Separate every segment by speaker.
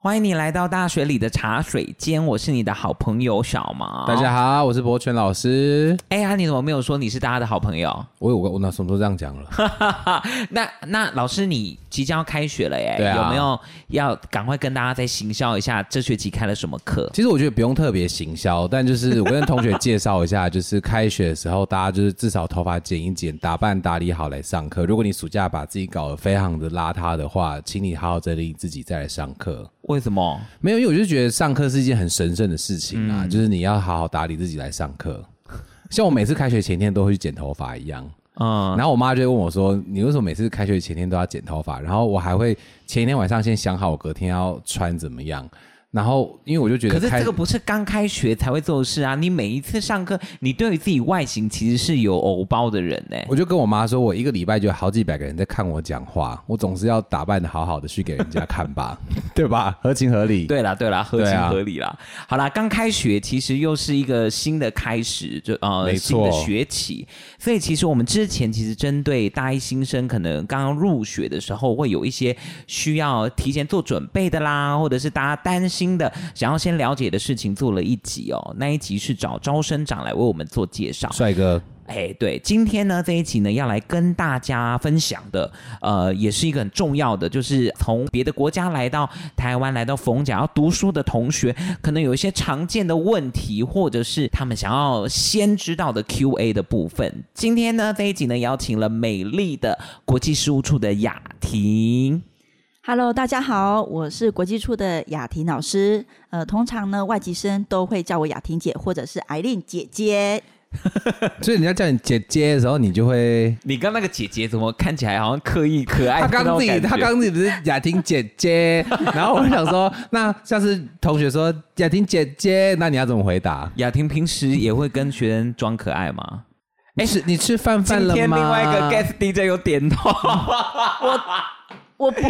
Speaker 1: 欢迎你来到大学里的茶水间，我是你的好朋友小毛。
Speaker 2: 大家，好，我是博全老师。
Speaker 1: 哎呀，你怎么没有说你是大家的好朋友？
Speaker 2: 我有我哪什么时候这样讲了？
Speaker 1: 那那老师，你即将要开学了耶，
Speaker 2: 对啊
Speaker 1: 有没有要赶快跟大家再行销一下这学期开了什么课？
Speaker 2: 其实我觉得不用特别行销，但就是我跟同学介绍一下，就是开学的时候，大家就是至少头发剪一剪，打扮打理好来上课。如果你暑假把自己搞得非常的邋遢的话，请你好好整理自己再来上课。
Speaker 1: 为什么？
Speaker 2: 没有，因为我就觉得上课是一件很神圣的事情啊，就是你要好好打理自己来上课。像我每次开学前一天都会去剪头发一样，
Speaker 1: 嗯，
Speaker 2: 然后我妈就会问我说：“你为什么每次开学前天都要剪头发？”然后我还会前一天晚上先想好我隔天要穿怎么样。然后因为我就觉得
Speaker 1: 可
Speaker 2: 开，
Speaker 1: 是这个不是刚开学才会做的事啊！你每一次上课，你对于自己外形其实是有偶包的人呢、
Speaker 2: 我就跟我妈说，我一个礼拜就有好几百个人在看我讲话，我总是要打扮的好好的去给人家看 吧，对吧？合情合理。，
Speaker 1: 对啦，对啦，合
Speaker 2: 对
Speaker 1: 情
Speaker 2: 啊
Speaker 1: 合理啦。好啦，刚开学其实又是一个新的开始，就呃
Speaker 2: 没
Speaker 1: 新的
Speaker 2: 错
Speaker 1: 学期，所以其实我们之前其实针对大一新生可能刚刚入学的时候，会有一些需要提前做准备的啦，或者是大家担心的，想要先了解的事情，做了一集哦。那一集是找招生长来为我们做介绍。
Speaker 2: 帅哥，
Speaker 1: 哎，对，今天呢这一集呢要来跟大家分享的，呃，也是一个很重要的，就是从别的国家来到台湾，来到逢甲要读书的同学，可能有一些常见的问题，或者是他们想要先知道的 Q&A 的部分。今天呢这一集呢邀请了美丽的国际事务处的雅婷。
Speaker 3: Hello，大家好，我是国际处的雅婷老师。呃，通常呢，外籍生都会叫我雅婷姐或者是艾琳姐姐。
Speaker 2: 所以人家叫你姐姐的时候，你就会。
Speaker 1: 你刚那个姐姐怎么看起来好像刻意可爱？
Speaker 2: 他刚自己，他刚自己不是雅婷姐 姐，然后我就想说，那下次同学说雅婷姐姐，那你要怎么回答？
Speaker 1: 雅婷平时也会跟学生装可爱吗？
Speaker 2: 哎，是你吃饭饭
Speaker 1: 今
Speaker 2: 了
Speaker 1: 天
Speaker 2: 吗？
Speaker 1: 另外一个 guest DJ 有点头，
Speaker 3: 我不，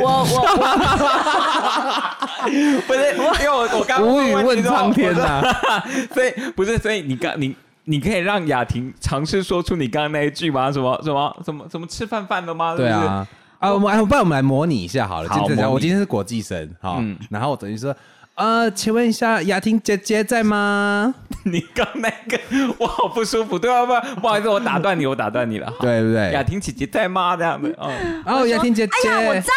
Speaker 3: 我我
Speaker 1: 不是，因为我我刚
Speaker 2: 无语问苍天啊
Speaker 1: 呐、
Speaker 2: 呐、
Speaker 1: 所以不是，所以你刚你你可以让雅婷尝试说出你刚刚那一句吗？什么什么什么什么吃饭饭了吗？
Speaker 2: 对啊，啊，我们哎，不然我们来模拟嗯一下好了。
Speaker 1: 好
Speaker 2: 今天
Speaker 1: 模拟
Speaker 2: 我今天是国际生，好，然后我等于说，呃，请问一下，雅婷姐姐在吗？
Speaker 1: 是不是，你 刚那个我好不舒服，对啊，不不好意思，我打断你，我打断你了。
Speaker 2: 对不
Speaker 1: 雅
Speaker 2: 对？
Speaker 1: 婷姐姐在吗？这样子，嗯，
Speaker 2: 哦，雅婷姐姐，
Speaker 3: 哎呀，我在。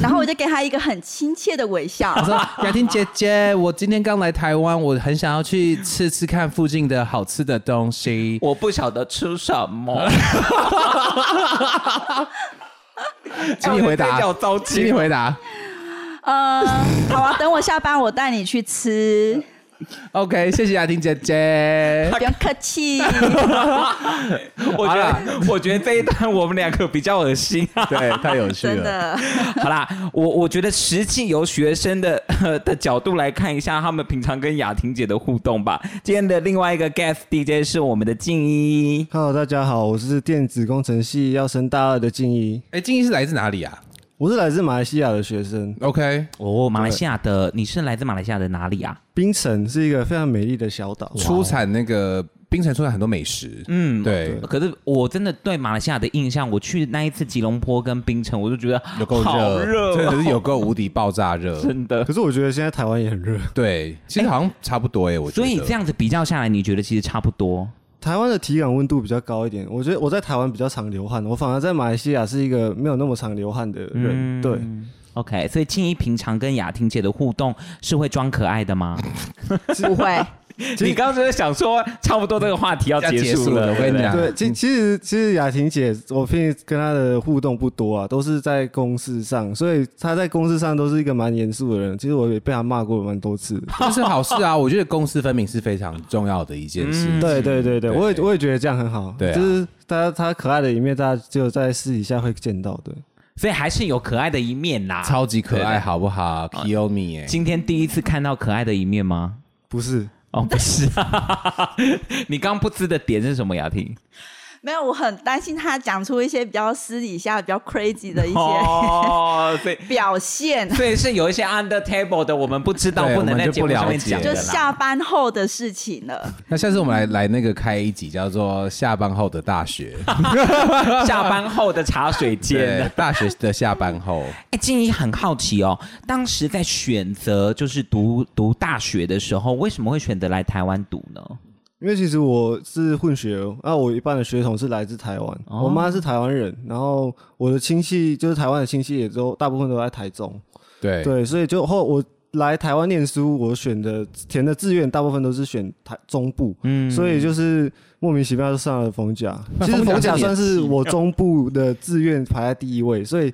Speaker 3: 然后我就给她一个很亲切的微笑。
Speaker 2: 我说雅婷姐姐，我今天刚来台湾，我很想要去吃吃看附近的好吃的东西。
Speaker 1: 我不晓得吃什么，
Speaker 2: 请你回答，
Speaker 1: 叫糟
Speaker 2: 请你
Speaker 1: 心。
Speaker 2: 回答。
Speaker 3: 呃，好啊，等我下班，我带你去吃，
Speaker 2: OK，谢谢雅婷姐姐。
Speaker 3: 不用客气。
Speaker 1: 我觉得，我觉得这一段我们两个比较恶心。 啊
Speaker 2: 对，太有趣
Speaker 3: 真
Speaker 2: 了。
Speaker 3: 的，
Speaker 1: 好啦，我我觉得实际由学生的 的角度来看一下他们平常跟雅婷姐的互动吧。今天的另外一个 guest DJ 是我们的静一，
Speaker 4: Hello，大家好，我是电子工程系要升大二的静怡，
Speaker 2: 哎，静怡是来自哪里啊
Speaker 4: 我是来自马来西亚的学生。
Speaker 2: ？OK，
Speaker 1: 哦，马来西亚的，你是来自马来西亚的哪里啊？
Speaker 4: 槟城是一个非常美丽的小岛，
Speaker 2: 哦出产那个冰城出产很多美食。
Speaker 1: 嗯，。
Speaker 2: 对，
Speaker 1: 可是我真的对马来西亚的印象，我去那一次吉隆坡跟槟城，我就觉得
Speaker 2: 有够
Speaker 1: 好
Speaker 2: 热，
Speaker 1: 热哦
Speaker 2: 真的是有够无敌爆炸 热。
Speaker 1: 真的。
Speaker 4: 可是我觉得现在台湾也很热，
Speaker 2: 对，其实好像差不多耶，欸我觉
Speaker 1: 所
Speaker 2: 得。
Speaker 1: 以这样子比较下来，你觉得其实差不多？
Speaker 4: 台湾的体感温度比较高一点。我觉得我在台湾比较常流汗，我反而在马来西亚是一个没有那么常流汗的
Speaker 1: 嗯
Speaker 4: 人。对，
Speaker 1: OK，所以静一平常跟雅婷姐的互动是会装可爱的吗？
Speaker 3: 不会。
Speaker 1: 你刚刚就是想说，差不多这个话题要
Speaker 2: 要
Speaker 1: 结
Speaker 2: 结
Speaker 1: 束
Speaker 2: 束了
Speaker 1: 了，
Speaker 2: 我跟你
Speaker 1: 对不对
Speaker 2: 讲
Speaker 4: 对，其
Speaker 2: 嗯
Speaker 4: 其实其实雅婷姐，我平时跟她的互动不多啊，都是在公事上，所以她在公事上都是一个蛮严肃的人。其实我也被她骂过蛮多次的。
Speaker 2: 这是好事啊！ 我觉得公私分明是非常重要的一件事。
Speaker 1: 嗯
Speaker 4: 对对对对，
Speaker 2: 对
Speaker 4: 我也我也觉得这样很好，
Speaker 2: 对啊
Speaker 4: 就是她她可爱的一面，大家只有在私底下会见到的。
Speaker 1: 所以还是有可爱的一面啦。
Speaker 2: 超级可
Speaker 1: 对
Speaker 2: 爱，
Speaker 1: 对
Speaker 2: 好不好？Kill me，哎，
Speaker 1: 今天第一次看到可爱的一面吗？
Speaker 4: 不是，
Speaker 1: 哦，不是、啊，你刚刚不知的点是什么？雅婷，
Speaker 3: 没有，我很担心他讲出一些比较私底下、比较 crazy 的一些
Speaker 1: 哦，所以
Speaker 3: 表现，
Speaker 1: 所以是有一些 under table 的，我们不知道，
Speaker 2: 对
Speaker 1: 不能
Speaker 2: 我
Speaker 1: 在
Speaker 2: 们
Speaker 1: 节
Speaker 2: 就不
Speaker 1: 目上
Speaker 2: 了
Speaker 1: 面
Speaker 2: 解
Speaker 1: 讲的
Speaker 3: 就
Speaker 1: 啦。
Speaker 3: 下班后的事情了。
Speaker 2: 那下次我们来来那个开一集叫做“下班后的 大学
Speaker 1: 下班后的茶水”，间
Speaker 2: 对。，大学的下班后，
Speaker 1: 哎，静怡很好奇哦，当时在选择就是读读大学的时候，为什么会选择来台湾读呢？
Speaker 4: 因为其实我是混血儿，那、我一半的血统是来自台湾，
Speaker 1: 哦
Speaker 4: 我妈是台湾人，然后我的亲戚就是台湾的亲戚，也都大部分都在台中，
Speaker 2: 对
Speaker 4: 对，所以就后我来台湾念书，我选的填的志愿大部分都是选台中部，
Speaker 1: 嗯
Speaker 4: 所以就是莫名其妙就上了逢甲。
Speaker 2: 那
Speaker 4: 其实
Speaker 2: 逢甲
Speaker 4: 逢甲
Speaker 2: 是你
Speaker 4: 算
Speaker 2: 的
Speaker 4: 是我中部的志愿排在第一位，所以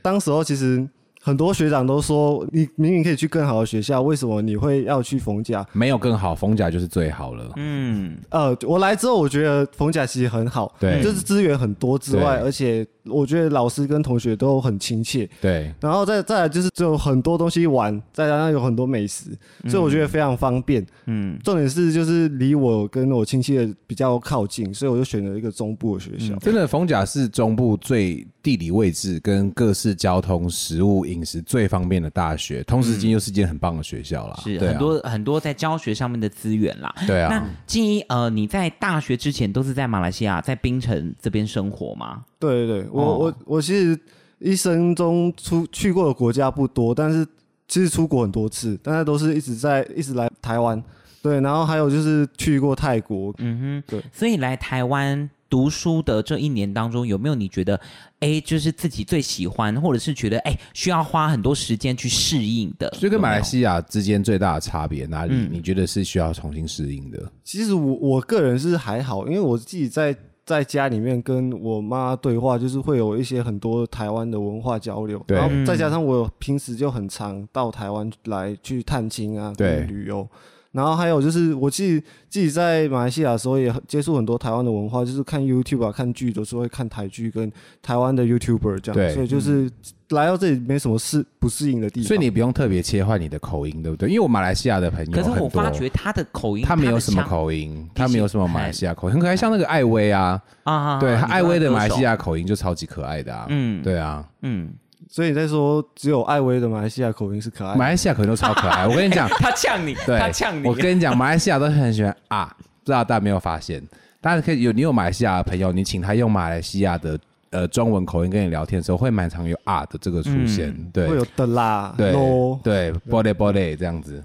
Speaker 4: 当时候其实很多学长都说，你明明可以去更好的学校，为什么你会要去逢甲？
Speaker 2: 没有更好，逢甲就是最好了。
Speaker 1: 嗯，
Speaker 4: 呃，我来之后，我觉得逢甲其实很好，
Speaker 2: 对
Speaker 4: 就是资源很多之外，
Speaker 2: 对
Speaker 4: 而且我觉得老师跟同学都很亲切，
Speaker 2: 对，
Speaker 4: 然后再再来就是就有很多东西玩，再加上有很多美食，所以我觉得非常方便。
Speaker 1: 嗯，
Speaker 4: 重点是就是离我跟我亲戚的比较靠近，所以我就选了一个中部的学校。
Speaker 2: 真的，逢甲是中部最地理位置跟各式交通、食物、饮食最方便的大学，同时间又是一间很棒的学校啦。
Speaker 1: 嗯是
Speaker 2: 对啊
Speaker 1: 很多很多在教学上面的资源啦。
Speaker 2: 对
Speaker 1: 那
Speaker 2: 啊，
Speaker 1: 静怡，呃，你在大学之前都是在马来西亚，在槟城这边生活吗？
Speaker 4: 对对对，我、
Speaker 1: 哦
Speaker 4: 我我其实一生中出去过的国家不多，但是其实出国很多次，但是都是一直在一直来台湾。对，然后还有就是去过泰国，
Speaker 1: 嗯哼，
Speaker 4: 对。
Speaker 1: 所以来台湾读书的这一年当中，有没有你觉得，哎，就是自己最喜欢，或者是觉得，哎，需要花很多时间去适应的？
Speaker 2: 就跟马来
Speaker 1: 亚
Speaker 2: 西亚之间最大的差别哪
Speaker 1: 嗯
Speaker 2: 里？你觉得是需要重新适应的？
Speaker 4: 其实我我个人是还好，因为我自己在在家里面跟我妈对话，就是会有一些很多台湾的文化交流，
Speaker 2: 对
Speaker 4: 然后再加上我平时就很常到台湾来去探亲啊，
Speaker 2: 对
Speaker 4: 跟旅游。然后还有就是，我自己自己在马来西亚的时候也很接触很多台湾的文化，就是看 YouTube 啊、看剧都是会看台剧跟台湾的 YouTuber 这
Speaker 2: 对嗯
Speaker 4: 样，所以就是来到这里没什么适不适应的地方。
Speaker 2: 所以你不用特别切换你的口音，对不对？因为我马来西亚的朋友
Speaker 1: 可
Speaker 2: 很
Speaker 1: 是
Speaker 2: 多，
Speaker 1: 我发觉他的口音，
Speaker 2: 他没有
Speaker 1: 的
Speaker 2: 什么
Speaker 1: 腔
Speaker 2: 口音，
Speaker 1: 他
Speaker 2: 他
Speaker 1: 的腔
Speaker 2: 没有什么马来西亚口音，很可爱，像那个艾薇啊，
Speaker 1: 啊啊，啊
Speaker 2: 对，
Speaker 1: 你
Speaker 2: 她
Speaker 1: 说
Speaker 2: 艾薇的
Speaker 1: 歌
Speaker 2: 马来
Speaker 1: 手
Speaker 2: 西亚口音就超级可爱的啊，
Speaker 1: 嗯
Speaker 2: 对啊，
Speaker 1: 嗯，
Speaker 4: 所以你在说只有艾薇的马来西亚口音是可爱的
Speaker 2: 马来西亚口音都超可爱，我跟 你讲，
Speaker 1: 他呛你，
Speaker 2: 对，
Speaker 1: 他呛你，
Speaker 2: 我跟你讲，马来西亚都很喜欢啊，不知道大家有没有发现？大家可以有你有马来西亚的朋友，你请他用马来西亚的呃中文口音跟你聊天的时候，会蛮常有啊的这个出现，
Speaker 1: 嗯
Speaker 2: 对
Speaker 4: 会有的啦，
Speaker 2: 对
Speaker 4: 咯
Speaker 2: 对，body body 这样子，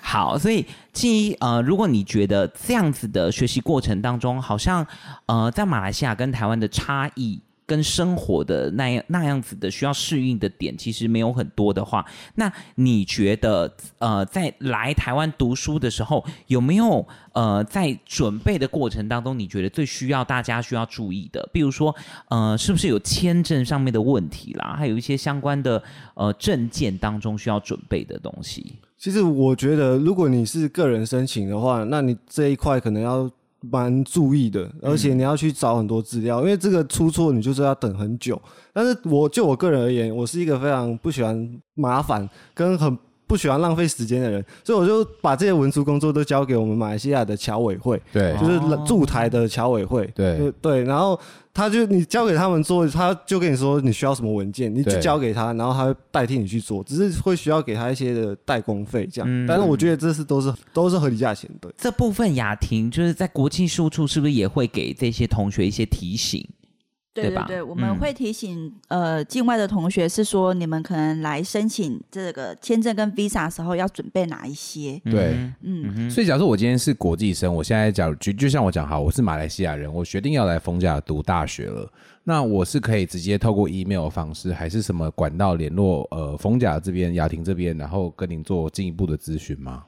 Speaker 1: 好，所以基于呃，如果你觉得呃这样子的学习过程当中，好像呃，在马来西亚跟台湾的差异。跟生活的那样那样子的需要适应的点，其实没有很多的话，那你觉得呃，在来台湾读书的时候，有没有呃，在准备的过程当中，你觉得最需要大家需要注意的，比如说呃，是不是有签证上面的问题啦，还有一些相关的呃证件当中需要准备的东西？
Speaker 4: 其实我觉得，如果你是个人申请的话，那你这一块可能要蛮注意的，而且你要去找很多资料，因为这个出错你就是要等很久。但是我就我个人而言，我是一个非常不喜欢麻烦跟很。不喜欢浪费时间的人，所以我就把这些文书工作都交给我们马来西亚的侨委会，
Speaker 2: 对
Speaker 4: 就是驻台的侨委会，
Speaker 2: 对
Speaker 4: 就对，然后他就你交给他们做，他就跟你说你需要什么文件，你就
Speaker 2: 对
Speaker 4: 交给他，然后他会代替你去做，只是会需要给他一些的代工费这样，
Speaker 1: 嗯
Speaker 4: 但是我觉得这是都是都是合理价钱，对，
Speaker 1: 这部分雅婷就是在国际事务处，是不是也会给这些同学一些提醒？
Speaker 3: 对
Speaker 1: 对吧
Speaker 3: 对，我
Speaker 1: 嗯
Speaker 3: 们会提醒、呃境外的同学是说，你们可能来申请这个签证跟 visa 的时候要准备哪一些？
Speaker 2: 对。
Speaker 3: 嗯，
Speaker 2: 所以，假如我今天是国际生，我现在假如就就像我讲，好，我是马来西亚人，我决定要来逢甲读大学了，那我是可以直接透过 email 的方式，还是什么管道联络呃逢甲这边、雅婷这边，然后跟您做进一步的咨询吗？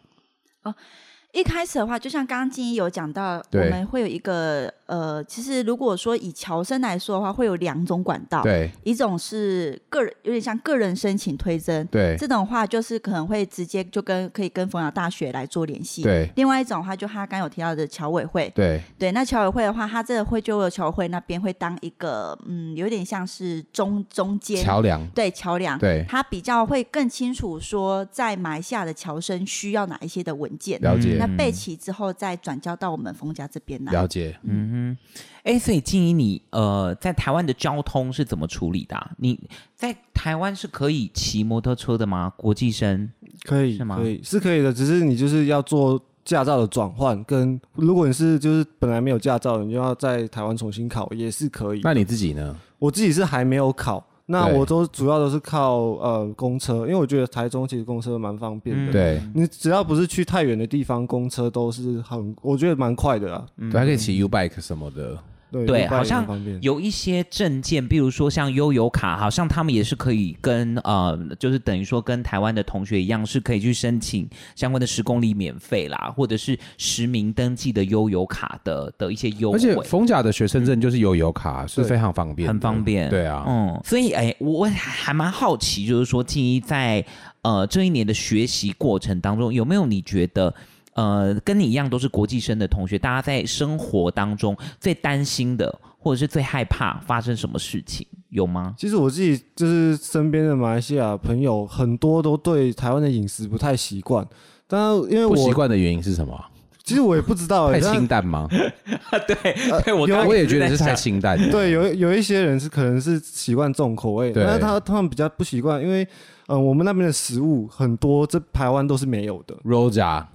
Speaker 3: 一开始的话，就像刚刚金一有讲到，我
Speaker 2: 对
Speaker 3: 们会有一个呃，其实如果说以侨生来说的话，会有两种管道，
Speaker 2: 对
Speaker 3: 一种是个人，有点像个人申请推甄，
Speaker 2: 对
Speaker 3: 这种话就是可能会直接就跟可以跟冯鸟大学来做联系。
Speaker 2: 对
Speaker 3: 另外一种的话，就他刚有提到的侨委会，
Speaker 2: 对
Speaker 3: 对，那侨委会的话，他这个会就有侨委会那边会当一个，嗯，有点像是中中间
Speaker 2: 桥梁，
Speaker 3: 对桥梁，
Speaker 2: 对
Speaker 3: 他比较会更清楚说在马来西亚的侨生需要哪一些的文件，
Speaker 2: 了解
Speaker 3: 那备齐之后再转交到我们冯家这边来。
Speaker 2: 了解，
Speaker 1: 嗯嗯哼，哎，所以静怡，你呃，在台湾的交通是怎么处理的啊、你在台湾是可以骑摩托车的吗？国际生
Speaker 4: 可以，
Speaker 1: 是吗
Speaker 4: 可以是可以的，只是你就是要做驾照的转换，跟如果你是就是本来没有驾照，你就要在台湾重新考也是可以。
Speaker 2: 那你自己呢？
Speaker 4: 我自己是还没有考，那
Speaker 2: 对
Speaker 4: 我都主要都是靠呃公车，因为我觉得台中其实公车蛮方便的。
Speaker 1: 嗯
Speaker 2: 对，
Speaker 4: 你只要不是去太远的地方，公车都是很，我觉得蛮快的啊。
Speaker 1: 嗯
Speaker 2: 对，还可以骑 U bike 什么的。
Speaker 4: 对
Speaker 1: 对，
Speaker 4: 一般
Speaker 1: 好
Speaker 4: 也
Speaker 1: 像
Speaker 4: 很方便。
Speaker 1: 有一些证件，比如说像悠游卡，好像他们也是可以跟呃，就是等于说跟台湾的同学一样，是可以去申请相关的十公里免费啦，或者是实名登记的悠游卡的的一些优惠，
Speaker 2: 而且冯甲的学生证就是有油卡，是
Speaker 4: 对
Speaker 2: 非常方便的，
Speaker 1: 很方便。
Speaker 2: 对啊，
Speaker 1: 嗯，所以哎，我我还蛮好奇，就是说静怡在呃这一年的学习过程当中，有没有你觉得？呃，跟你一样都是国际生的同学，大家在生活当中最担心的，或者是最害怕发生什么事情，有吗？
Speaker 4: 其实我自己就是身边的马来西亚朋友很多都对台湾的饮食不太习惯，但因为
Speaker 2: 不
Speaker 4: 我
Speaker 2: 习惯的原因是什么？
Speaker 4: 其实我也不知道、啊欸，
Speaker 2: 太
Speaker 4: 但
Speaker 2: 清淡 吗？
Speaker 1: 对，对我
Speaker 4: 有
Speaker 1: 刚刚
Speaker 2: 我也觉得
Speaker 1: 在
Speaker 2: 是太
Speaker 1: 想
Speaker 2: 清淡了。
Speaker 4: 对，有有一些人是可能是习惯重口味，
Speaker 2: 对
Speaker 4: 但是他他们比较不习惯，因为嗯、呃我们那边的食物很多，这台湾都是没有的。
Speaker 2: 肉夹，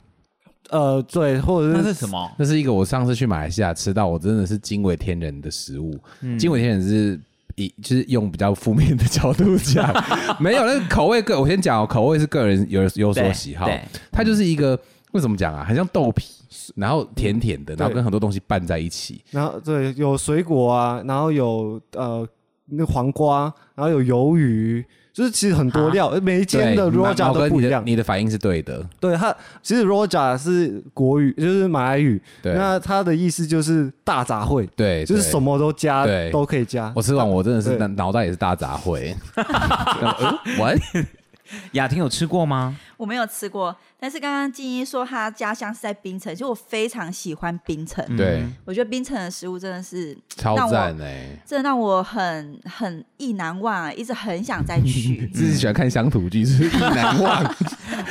Speaker 4: 呃，对，或
Speaker 2: 嗯
Speaker 4: 者
Speaker 1: 那
Speaker 4: 是
Speaker 1: 是什么？
Speaker 2: 那是一个我上次去马来西亚吃到，我真的是惊为天人的食物。
Speaker 4: 嗯
Speaker 2: 惊为天人是以就是用比较负面的角度讲， 没有那个口味个，我先讲哦，口味是个人有有所
Speaker 1: 对
Speaker 2: 喜好，
Speaker 1: 对
Speaker 2: 它就是一个为什么讲啊，很像豆皮，然后甜甜的，然后
Speaker 4: 嗯对
Speaker 2: 跟很多东西拌在一起。
Speaker 4: 然后对有水果啊，然后有呃那黄瓜，然后有鱿鱼，就是其实很多料，呃每一间
Speaker 2: 对，
Speaker 4: 的 roja
Speaker 2: 毛
Speaker 4: 都
Speaker 2: 哥
Speaker 4: 不
Speaker 2: 你
Speaker 4: 一
Speaker 2: 的
Speaker 4: 样。
Speaker 2: 你的反应是对的，
Speaker 4: 对它其实 roja 是国语，就是马来语，
Speaker 2: 对
Speaker 4: 那它的意思就是大杂烩，
Speaker 2: 对，
Speaker 4: 就是
Speaker 2: 对
Speaker 4: 什么都加
Speaker 2: 对
Speaker 4: 都可以加。
Speaker 2: 我吃完我真的是
Speaker 4: 对
Speaker 2: 脑袋也是大杂 烩。呃我
Speaker 1: 雅婷有吃过吗？
Speaker 3: 我没有吃过，但是刚刚静一说她家乡是在槟城，其实我非常喜欢槟城，
Speaker 2: 对，
Speaker 1: 嗯
Speaker 3: 我觉得槟城的食物真的是
Speaker 2: 超
Speaker 3: 让我
Speaker 2: 赞哎！
Speaker 3: 真的让我很很意难忘啊，一直很想再
Speaker 2: 。
Speaker 3: 去
Speaker 2: 自己喜欢看乡土剧，是 意难忘。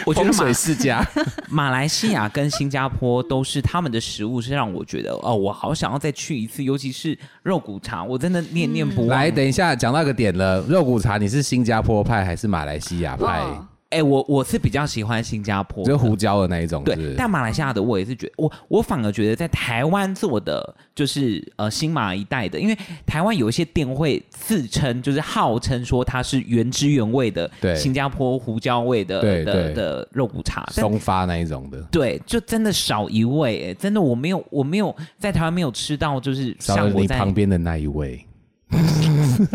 Speaker 1: 我觉得
Speaker 2: 风水
Speaker 1: 马
Speaker 2: 世家，
Speaker 1: 马来西亚跟新加坡都是他们的食物是让我觉得哦，我好想要再去一次，尤其是肉骨茶，我真的念念不忘。
Speaker 2: 来，等一下讲到一个点了，肉骨茶你是新加坡派还是马来西亚派？
Speaker 3: 哦
Speaker 1: 哎、我我是比较喜欢新加坡，
Speaker 2: 就胡椒的那一种，是不
Speaker 1: 对
Speaker 2: 是，
Speaker 1: 但马来西亚的我也是觉得，我我反而觉得在台湾做的就是呃新马一带的，因为台湾有一些店会自称就是号称说它是原汁原味的
Speaker 2: 对
Speaker 1: 新加坡胡椒味的
Speaker 2: 对对
Speaker 1: 的的肉骨茶，但
Speaker 2: 松发那一种的，
Speaker 1: 对，就真的少一位、哎真的我没有我没有在台湾没有吃到，就是
Speaker 2: 少了
Speaker 1: 像我
Speaker 2: 你
Speaker 1: 在
Speaker 2: 旁边的那一 位。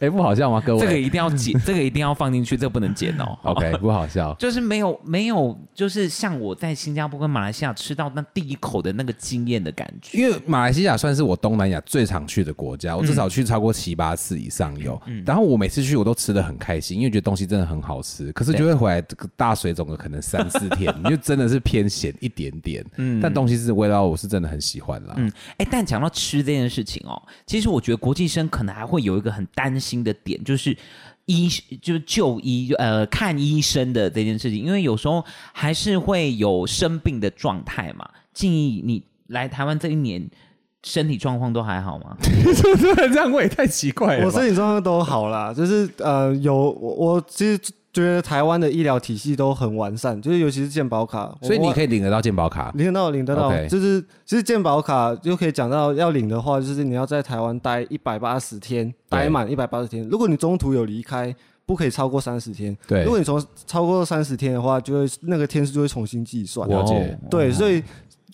Speaker 2: 哎，不好笑吗？各
Speaker 1: 这个
Speaker 2: 位
Speaker 1: 一定要剪，这个一定要放进去，这个不能剪哦。
Speaker 2: ，OK，不 好笑。
Speaker 1: 就是没有没有，就是像我在新加坡跟马来西亚吃到那第一口的那个惊艳的感觉。
Speaker 2: 因为马来西亚算是我东南亚最常去的国家，我至少去超过七八次以上有。然后我每次去我都吃的很开心，因为觉得东西真的很好吃。可是就会回来这个大水肿了，可能三四天，你就真的是偏咸一点点。但东西是味道，我是真的很喜欢啦。
Speaker 1: 嗯，哎，但讲到吃这件事情哦，其实我觉得国际生可能还会有一个很担心的点，就是医就是就医呃看医生的这件事情，因为有时候还是会有生病的状态嘛。建议你来台湾这一年，身体状况都还好 吗？
Speaker 2: 这样我也太奇怪
Speaker 4: 我
Speaker 2: 了吧。
Speaker 4: 身体状况都好啦，就是呃，有我我其实觉得台湾的医疗体系都很完善，就是尤其是健保卡，
Speaker 2: 所以你可
Speaker 4: 以
Speaker 2: 以领得到健保卡。
Speaker 4: 领得到领得到
Speaker 2: OK
Speaker 4: 就是其实健保卡就可以讲到要领的话，就是你要在台湾待一百八十天，
Speaker 2: 对
Speaker 4: 待满一百八十天，如果你中途有离开。不可以超过三十天。
Speaker 2: 对
Speaker 4: 如果你从超过三十天的话，就会那个天数就会重新计算。
Speaker 2: 了解
Speaker 1: 哦
Speaker 4: 对，所以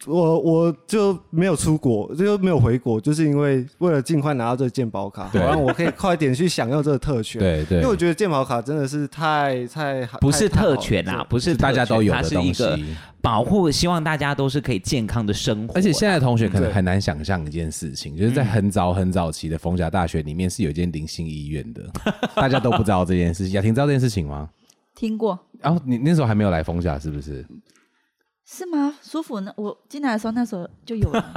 Speaker 4: 我我就没有出国，就没有回国，就是因为为了尽快拿到这个健保卡，好
Speaker 2: 对
Speaker 4: 让我可以快点去享用这个特权。，
Speaker 2: 对对，
Speaker 4: 因为我觉得健保卡真的是太太好
Speaker 1: 不是
Speaker 4: 太
Speaker 1: 特权啊，，不是
Speaker 2: 大家
Speaker 1: 特权
Speaker 2: 都有
Speaker 1: 它
Speaker 2: 的
Speaker 1: 是
Speaker 2: 东
Speaker 1: 一
Speaker 2: 西。
Speaker 1: 个保护，希望大家都是可以健康的生活。啊嗯
Speaker 2: 而且现在的同学可能
Speaker 4: 对
Speaker 2: 很难想象一件事情，就是在很早很早期的逢甲大学里面是有一间灵性医院的， 大家都不知道这件事情。雅婷知道这件事情吗？哦
Speaker 3: 听过，
Speaker 2: 然、后你那时候还没有来逢甲，是不是？
Speaker 3: 是吗？舒服呢？我进来的时候那时候就 有了，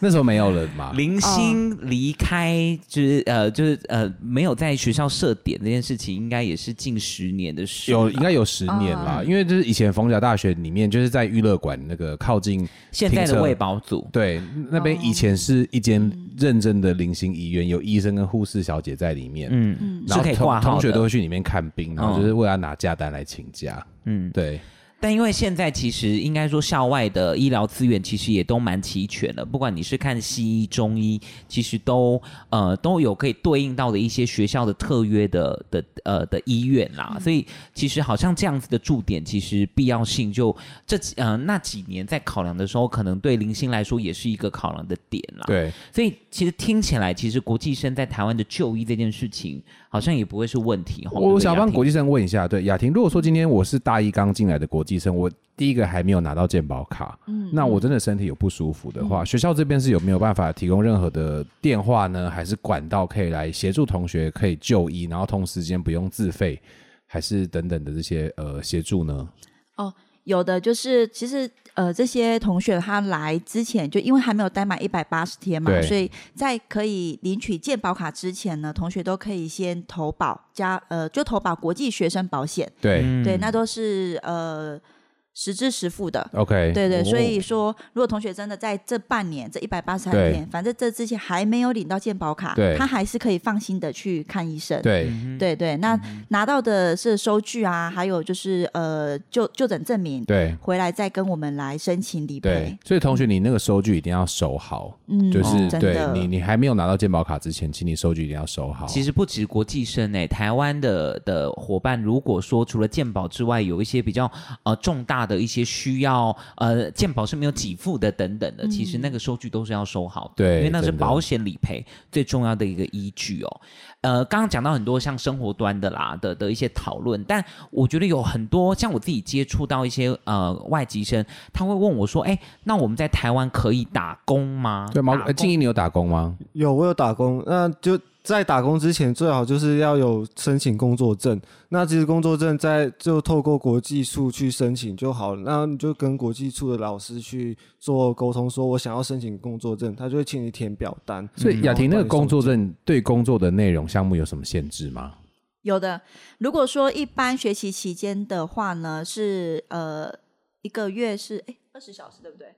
Speaker 2: 那时候没有了嘛？
Speaker 1: 林啊星离开，就是呃，就是呃，没有在学校设点这件事情，应该也是近十年的事。
Speaker 2: 有应该有十年啦，
Speaker 1: 哦
Speaker 2: 因为就是以前逢甲大学里面，就是在娱乐馆那个靠近
Speaker 1: 现在
Speaker 2: 停
Speaker 1: 的
Speaker 2: 车
Speaker 1: 卫保组，
Speaker 2: 对，那边以前是一间认真的零星医院，有医生跟护士小姐在里面，嗯，
Speaker 1: 嗯，是
Speaker 2: 然后
Speaker 1: 可以挂
Speaker 2: 同
Speaker 1: 号
Speaker 2: 同学
Speaker 1: 的
Speaker 2: 都会去里面看病，然后
Speaker 1: 嗯
Speaker 2: 就是为了拿假单来请假，
Speaker 1: 嗯
Speaker 2: 嗯，对，
Speaker 1: 但因为现在其实应该说校外的医疗资源其实也都蛮齐全的，不管你是看西医、中医，其实都呃都有可以对应到的一些学校的特约的的呃的医院啦，
Speaker 2: 嗯
Speaker 1: 所以其实好像这样子的驻点，其实必要性就这几呃那几年在考量的时候，可能对林星来说也是一个考量的点啦。，
Speaker 2: 对，
Speaker 1: 所以其实听起来，其实国际生在台湾的就医这件事情，好像也不会是问题。吼
Speaker 2: 我想帮国
Speaker 1: 际
Speaker 2: 际生问一下，对雅婷，如果说今天我是大一刚进来的国际生，我第一个还没有拿到健保卡，
Speaker 3: 嗯
Speaker 2: 那我真的身体有不舒服的话，学校这边是有没有办法提供任何的电话呢，还是管道可以来协助同学可以就医，然后同时间不用自费，还是等等的这些呃协助呢？
Speaker 3: 有的就是其实呃这些同学他来之前就因为还没有待满一百八十天嘛，
Speaker 2: 对
Speaker 3: 所以在可以领取健保卡之前呢，同学都可以先投保加呃就投保国际学生保险，
Speaker 2: 对、
Speaker 1: 嗯
Speaker 3: 对，那都是呃实支实付的。
Speaker 2: o k
Speaker 3: 对对，所以说，如果同学真的在这半年这一百八十三
Speaker 2: 对
Speaker 3: 天，反正这之前还没有领到健保卡
Speaker 2: 对，
Speaker 3: 他还是可以放心的去看医生。
Speaker 2: 对、
Speaker 3: 对对，那
Speaker 2: 嗯
Speaker 3: 拿到的是收据啊，还有就是呃就就诊证明，
Speaker 2: 对
Speaker 3: 回来再跟我们来申请理
Speaker 2: 对
Speaker 3: 赔。，
Speaker 2: 所以同学，你那个收据一定要收好，
Speaker 3: 嗯，
Speaker 2: 就是、
Speaker 3: 真
Speaker 2: 对
Speaker 3: 的
Speaker 2: 你，你还没有拿到健保卡之前，请你收据一定要收好。
Speaker 1: 其实不止国际生诶、台湾的的伙伴，如果说除了健保之外，有一些比较呃重大的一些需要，呃，健保是没有给付的等等的，其实那个收据都是要收好的，
Speaker 2: 对
Speaker 1: 因为那是
Speaker 2: 真的
Speaker 1: 保险理赔最重要的一个依据哦。呃，刚刚讲到很多像生活端的啦的的一些讨论，但我觉得有很多像我自己接触到一些呃外籍生，他会问我说，哎，那我们在台湾可以打工吗？
Speaker 2: 对毛
Speaker 1: 打
Speaker 2: 呃
Speaker 1: 工
Speaker 2: 静怡，你有打工吗？
Speaker 4: 有，我有打工。那就在打工之前，最好就是要有申请工作证。那其实工作证在就透过国际处去申请就好了。那你就跟国际处的老师去做沟通，说我想要申请工作证，他就会请你填表单。
Speaker 2: 所以
Speaker 4: 嗯
Speaker 2: 雅婷那个工作，
Speaker 4: 然后帮你送
Speaker 2: 证对工作的内容项目有什么限制吗？
Speaker 3: 有的。如果说一般学习期间的话呢，是呃一个月是哎二十小时，对不对？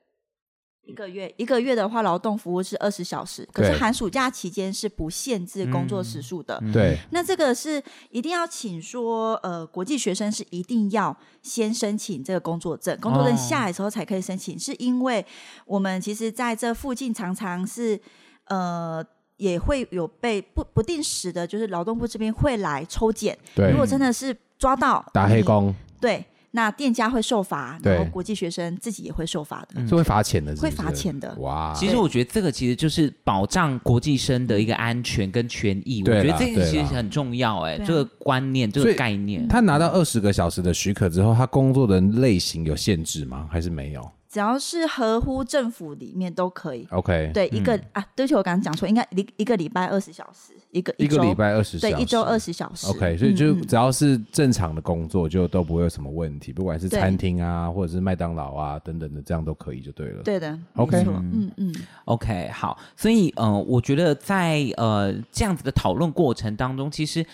Speaker 3: 一个月一个月的话，劳动服务是二十小时，可是
Speaker 2: 对嗯
Speaker 3: 寒暑假期间是不限制工作时数
Speaker 1: 嗯
Speaker 3: 的。
Speaker 2: 对，
Speaker 3: 那这个是一定要请说，呃，国际学生是一定要先申请这个工作证，工作证
Speaker 1: 哦
Speaker 3: 下来之后才可以申请，是因为我们其实在这附近常常是，呃。也会有被不不定时的，就是劳动部这边会来抽检。
Speaker 2: 对嗯
Speaker 3: 如果真的是抓到
Speaker 2: 打黑
Speaker 3: 你，
Speaker 2: 工
Speaker 3: 对，那店家会受罚，
Speaker 2: 对
Speaker 3: 然后国际学生自己也会受罚的。
Speaker 2: 是会罚钱的是不是
Speaker 3: 嗯会罚钱的
Speaker 2: 哇！
Speaker 1: 其实我觉得这个其实就是保障国际生的一个安全跟权益，我
Speaker 2: 对啦
Speaker 1: 觉得这个其
Speaker 2: 对
Speaker 1: 实
Speaker 2: 啦
Speaker 1: 很重要、哎、
Speaker 3: 对啊
Speaker 1: 这个观念，这
Speaker 2: 所
Speaker 1: 个
Speaker 2: 以
Speaker 1: 概念，
Speaker 2: 他拿到二十个小时的许可之后，他工作的类型有限制吗？还是没有
Speaker 3: 只要是合乎政府里面都可以。
Speaker 2: ？OK，，
Speaker 3: 对，一
Speaker 2: 嗯
Speaker 3: 个、啊，对不起，我刚刚讲错，应该一一个礼拜二十小时，一个
Speaker 2: 一个
Speaker 3: 周
Speaker 2: 礼拜二十，
Speaker 3: 对，一周二。十小时。
Speaker 2: OK，所以就
Speaker 3: 嗯嗯
Speaker 2: 只要是正常的工作，就都不会有什么问题，不管是
Speaker 3: 对
Speaker 2: 餐厅啊，或者是麦当劳啊等等的，这样都可以就对了。
Speaker 3: 对的
Speaker 2: OK
Speaker 3: 没错嗯嗯，
Speaker 1: OK，好，所以呃，我觉得在呃这样子的讨论过程当中，其实。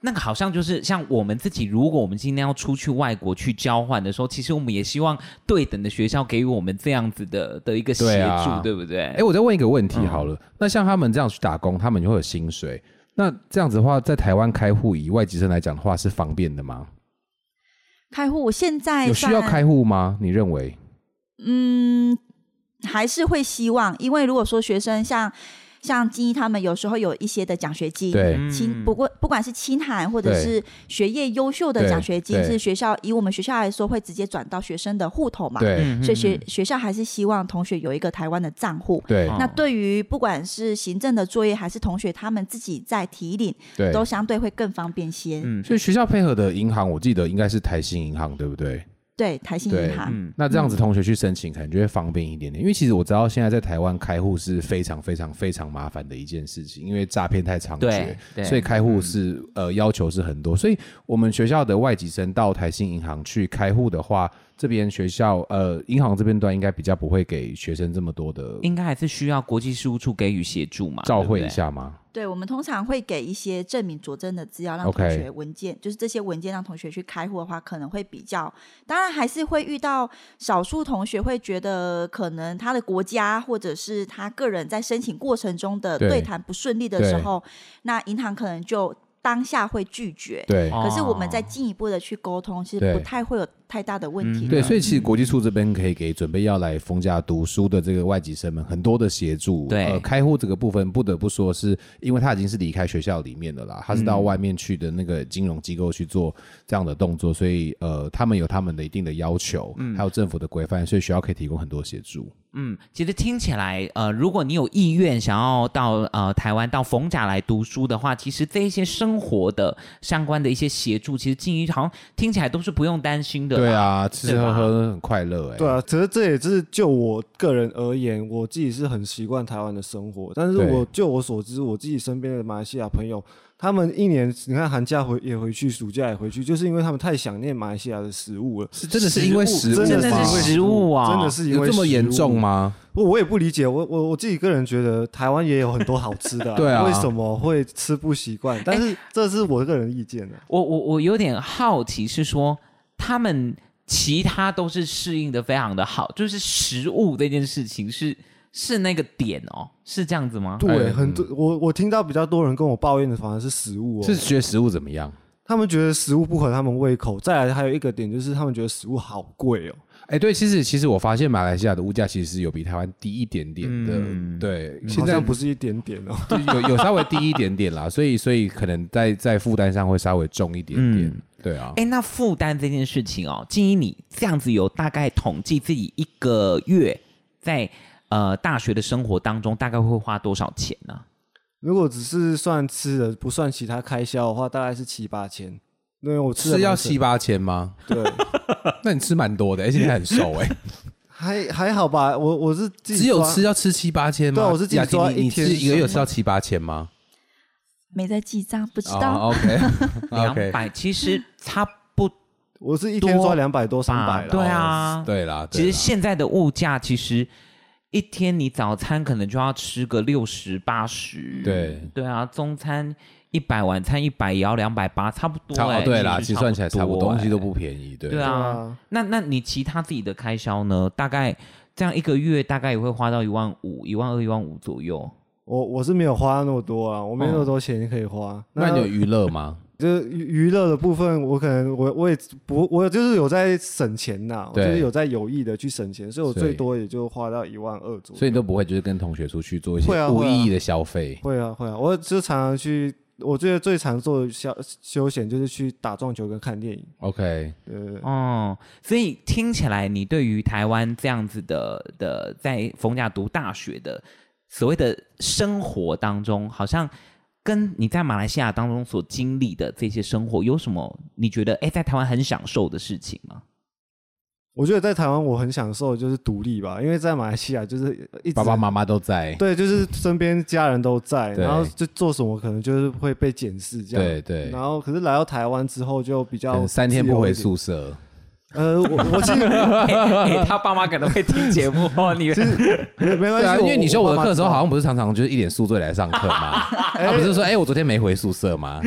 Speaker 1: 那个好像就是像我们自己，如果我们今天要出去外国去交换的时候，其实我们也希望对等的学校给予我们这样子的的一个协助，对,、
Speaker 2: 对啊
Speaker 1: 不对？
Speaker 2: 哎、我再问一个问题
Speaker 1: 嗯
Speaker 2: 好了，那像他们这样去打工，他们就会有薪水。那这样子的话，在台湾开户，以外籍生来讲的话，是方便的吗？
Speaker 3: 开户现在
Speaker 2: 有需要
Speaker 3: 算
Speaker 2: 开，户吗？你认为？
Speaker 3: 嗯，还是会希望，因为如果说学生像像金一他们有时候有一些的奖学金，
Speaker 2: 对
Speaker 3: 清不过不管是清函或者
Speaker 2: 对
Speaker 3: 是学业优秀的
Speaker 2: 对
Speaker 3: 奖学金，
Speaker 2: 对
Speaker 3: 是学校以我们学校来说会直接转到学生的户头嘛，
Speaker 2: 对、
Speaker 1: 嗯
Speaker 3: 所以学学校还是希望同学有一个台湾的账户。
Speaker 2: 对
Speaker 3: 那
Speaker 1: 哦
Speaker 3: 对于不管是行政的作业还是同学他们自己在提领，
Speaker 2: 对，
Speaker 3: 都相对会更方便些。
Speaker 1: 嗯
Speaker 2: 所以学校配合的银行，我记得应该是台新银行，对不对？
Speaker 3: 对，台新
Speaker 2: 对
Speaker 3: 银行，
Speaker 1: 嗯，
Speaker 2: 那这样子同学去申请，可能就会方便一点点。因为其实我知道现在在台湾开户是非常非常非常麻烦的一件事情，因为诈骗太猖獗
Speaker 1: 对，对
Speaker 2: 所以开户是、呃要求是很多。所以我们学校的外籍生到台新银行去开户的话，这边学校呃银行这边端应该比较不会给学生这么多的
Speaker 1: 应该还是需要国际事务处给予协助嘛，
Speaker 2: 照会
Speaker 1: 对不
Speaker 2: 一
Speaker 1: 对。
Speaker 2: 下吗？
Speaker 3: 对，我们通常会给一些证明佐证的资料，让
Speaker 2: OK
Speaker 3: 同学文件就是这些文件让同学去开户的话，可能会比较。当然还是会遇到少数同学会觉得，可能他的国家或者是他个人在申请过程中的
Speaker 2: 对
Speaker 3: 对谈不顺利的时候，那银行可能就当下会拒绝。
Speaker 2: 对
Speaker 1: 哦
Speaker 3: 可是我们再进一步的去沟通，其实
Speaker 2: 对
Speaker 3: 不太会有太大的问题
Speaker 1: 嗯
Speaker 3: 的。
Speaker 2: 对，啊所以其实国际处这边可以给准备要来逢甲读书的这个外籍生们很多的协助。
Speaker 1: 对
Speaker 2: 呃，开户这个部分不得不说是因为他已经是离开学校里面的啦，他是到外面去的那个金融机构去做这样的动作，所以呃，他们有他们的一定的要求，还有政府的规范，所以学校可以提供很多协助。
Speaker 1: 嗯，其实听起来，呃，如果你有意愿想要到呃台湾到逢甲来读书的话，其实这一些生活的相关的一些协助，其实静怡好像听起来都是不用担心的。
Speaker 2: 对，啊，吃吃
Speaker 1: 对
Speaker 2: 喝
Speaker 1: 吧
Speaker 2: 喝很快乐哎、
Speaker 4: 对啊，可是这也是就我个人而言，我自己是很习惯台湾的生活，但是
Speaker 2: 对
Speaker 4: 我就我所知，我自己身边的马来西亚朋友，他们一年你看寒假回也回去，暑假也回去，就是因为他们太想念马来西亚的食物了。
Speaker 2: 是真的是因为食物吗，
Speaker 4: 真的
Speaker 1: 真的
Speaker 4: 是因为
Speaker 1: 是食物啊
Speaker 4: 真的是因
Speaker 2: 有
Speaker 4: 为
Speaker 2: 这么
Speaker 4: 食
Speaker 2: 严
Speaker 4: 物
Speaker 2: 重？吗？
Speaker 4: 我我也不理解，我我我自己个人觉得台湾也有很多好吃的、
Speaker 2: 对啊哎
Speaker 4: 为什么会吃不习惯？但是这是我个人意见呢、啊。
Speaker 1: 我我我有点好奇，是说他们其他都是适应的非常的好，就是食物这件事情是是那个点哦，是这样子吗？
Speaker 4: 对，
Speaker 2: 哎
Speaker 4: 很多我我听到比较多人跟我抱怨的反而是食物哦，
Speaker 2: 是觉得食物怎么样？
Speaker 4: 他们觉得食物不合他们胃口。再来还有一个点就是他们觉得食物好贵哦。
Speaker 2: 哎、对，其实其实我发现马来西亚的物价其实是有比台湾低一点点的，对，
Speaker 4: 嗯
Speaker 2: 现
Speaker 4: 好
Speaker 2: 在
Speaker 4: 像 不是一点点哦。
Speaker 2: 就有有稍微低一点点啦，所以所以可能在在负担上会稍微重一点点，
Speaker 1: 嗯
Speaker 2: 对啊，
Speaker 1: 哎，那负担这件事情哦，建议你这样子有大概统计自己一个月在呃大学的生活当中大概会花多少钱呢、
Speaker 4: 如果只是算吃的，不算其他开销的话，大概是七八千。因为我吃
Speaker 2: 是
Speaker 4: 的
Speaker 2: 要
Speaker 4: 蛮
Speaker 2: 七
Speaker 4: 省
Speaker 2: 八千吗？
Speaker 4: 对，
Speaker 2: 那你吃蛮多的，而且你很瘦哎、
Speaker 4: 还还好吧。我我是 自己
Speaker 2: 只有
Speaker 4: 抓
Speaker 2: 吃要吃七八千吗？
Speaker 4: 对啊我是自己
Speaker 2: 雅婷
Speaker 4: 抓
Speaker 2: 你
Speaker 4: 一
Speaker 2: 你
Speaker 4: 天
Speaker 2: 自己一个月有吃到七八千吗？
Speaker 3: 没在记账，不知道。
Speaker 2: 哦，OK
Speaker 1: 两
Speaker 2: OK，
Speaker 1: 百其实差 不
Speaker 4: 我是一天抓
Speaker 1: 多
Speaker 4: 两百多三
Speaker 1: 吧
Speaker 4: 百？哦了。
Speaker 1: 对啊，
Speaker 2: 哦对啦，
Speaker 1: 其实
Speaker 2: 对啦
Speaker 1: 现在的物价其实。一天你早餐可能就要吃个六十八十，
Speaker 2: 对
Speaker 1: 对啊，中餐一百，晚餐一百也要两百八，差不多、
Speaker 2: 差
Speaker 1: 欸
Speaker 2: 哦对啦，其
Speaker 1: 其
Speaker 2: 实算起来差不多，东西都
Speaker 1: 不多欸
Speaker 2: 不便宜，对
Speaker 1: 对
Speaker 4: 对
Speaker 1: 啊
Speaker 4: 啊，
Speaker 1: 那那你其他自己的开销呢？大概这样一个月大概也会花到一万五、一万二、一万五左右。
Speaker 4: 我我是没有花那么多啊，我没有那么多钱可以花。
Speaker 2: 哦那你有娱乐吗？
Speaker 4: 就是娱娱乐的部分，我可能我我也不我就是有在省钱呐、我
Speaker 2: 对
Speaker 4: 就是有在有意的去省钱，所以我
Speaker 2: 所以
Speaker 4: 最多也就花到一万二左右。
Speaker 2: 所以你都不会就是跟同学出去做一
Speaker 4: 会
Speaker 2: 些
Speaker 4: 啊
Speaker 2: 无
Speaker 4: 会啊
Speaker 2: 意义的消费。
Speaker 4: 会啊会啊，我就常常去，我觉得最常做的消休闲就是去打撞球跟看电影。
Speaker 2: OK，
Speaker 4: 呃，
Speaker 1: 哦，所以听起来你对于台湾这样子的的在逢甲读大学的所谓的生活当中，好像跟你在马来西亚当中所经历的这些生活有什么？你觉得哎，在台湾很享受的事情吗？
Speaker 4: 我觉得在台湾我很享受的就是独立吧，因为在马来西亚就是一直
Speaker 2: 爸爸妈妈都在。
Speaker 4: 对，就是身边家人都在，
Speaker 2: 对
Speaker 4: 然后就做什么可能就是会被检视这样。
Speaker 2: 对对
Speaker 4: 然后可是来到台湾之后就比
Speaker 2: 可
Speaker 4: 较
Speaker 2: 能三天不回
Speaker 4: 自由一点。
Speaker 2: 宿舍，
Speaker 4: 呃，我我其实
Speaker 1: 哎，他爸妈可能会听节目哦，你
Speaker 4: 没没关
Speaker 2: 对
Speaker 4: 系、
Speaker 2: 啊，因为你修我的课的时候，好
Speaker 4: 像
Speaker 2: 像不是常常就是一脸宿醉来上课吗？他不是说，哎，我昨天没回宿舍吗？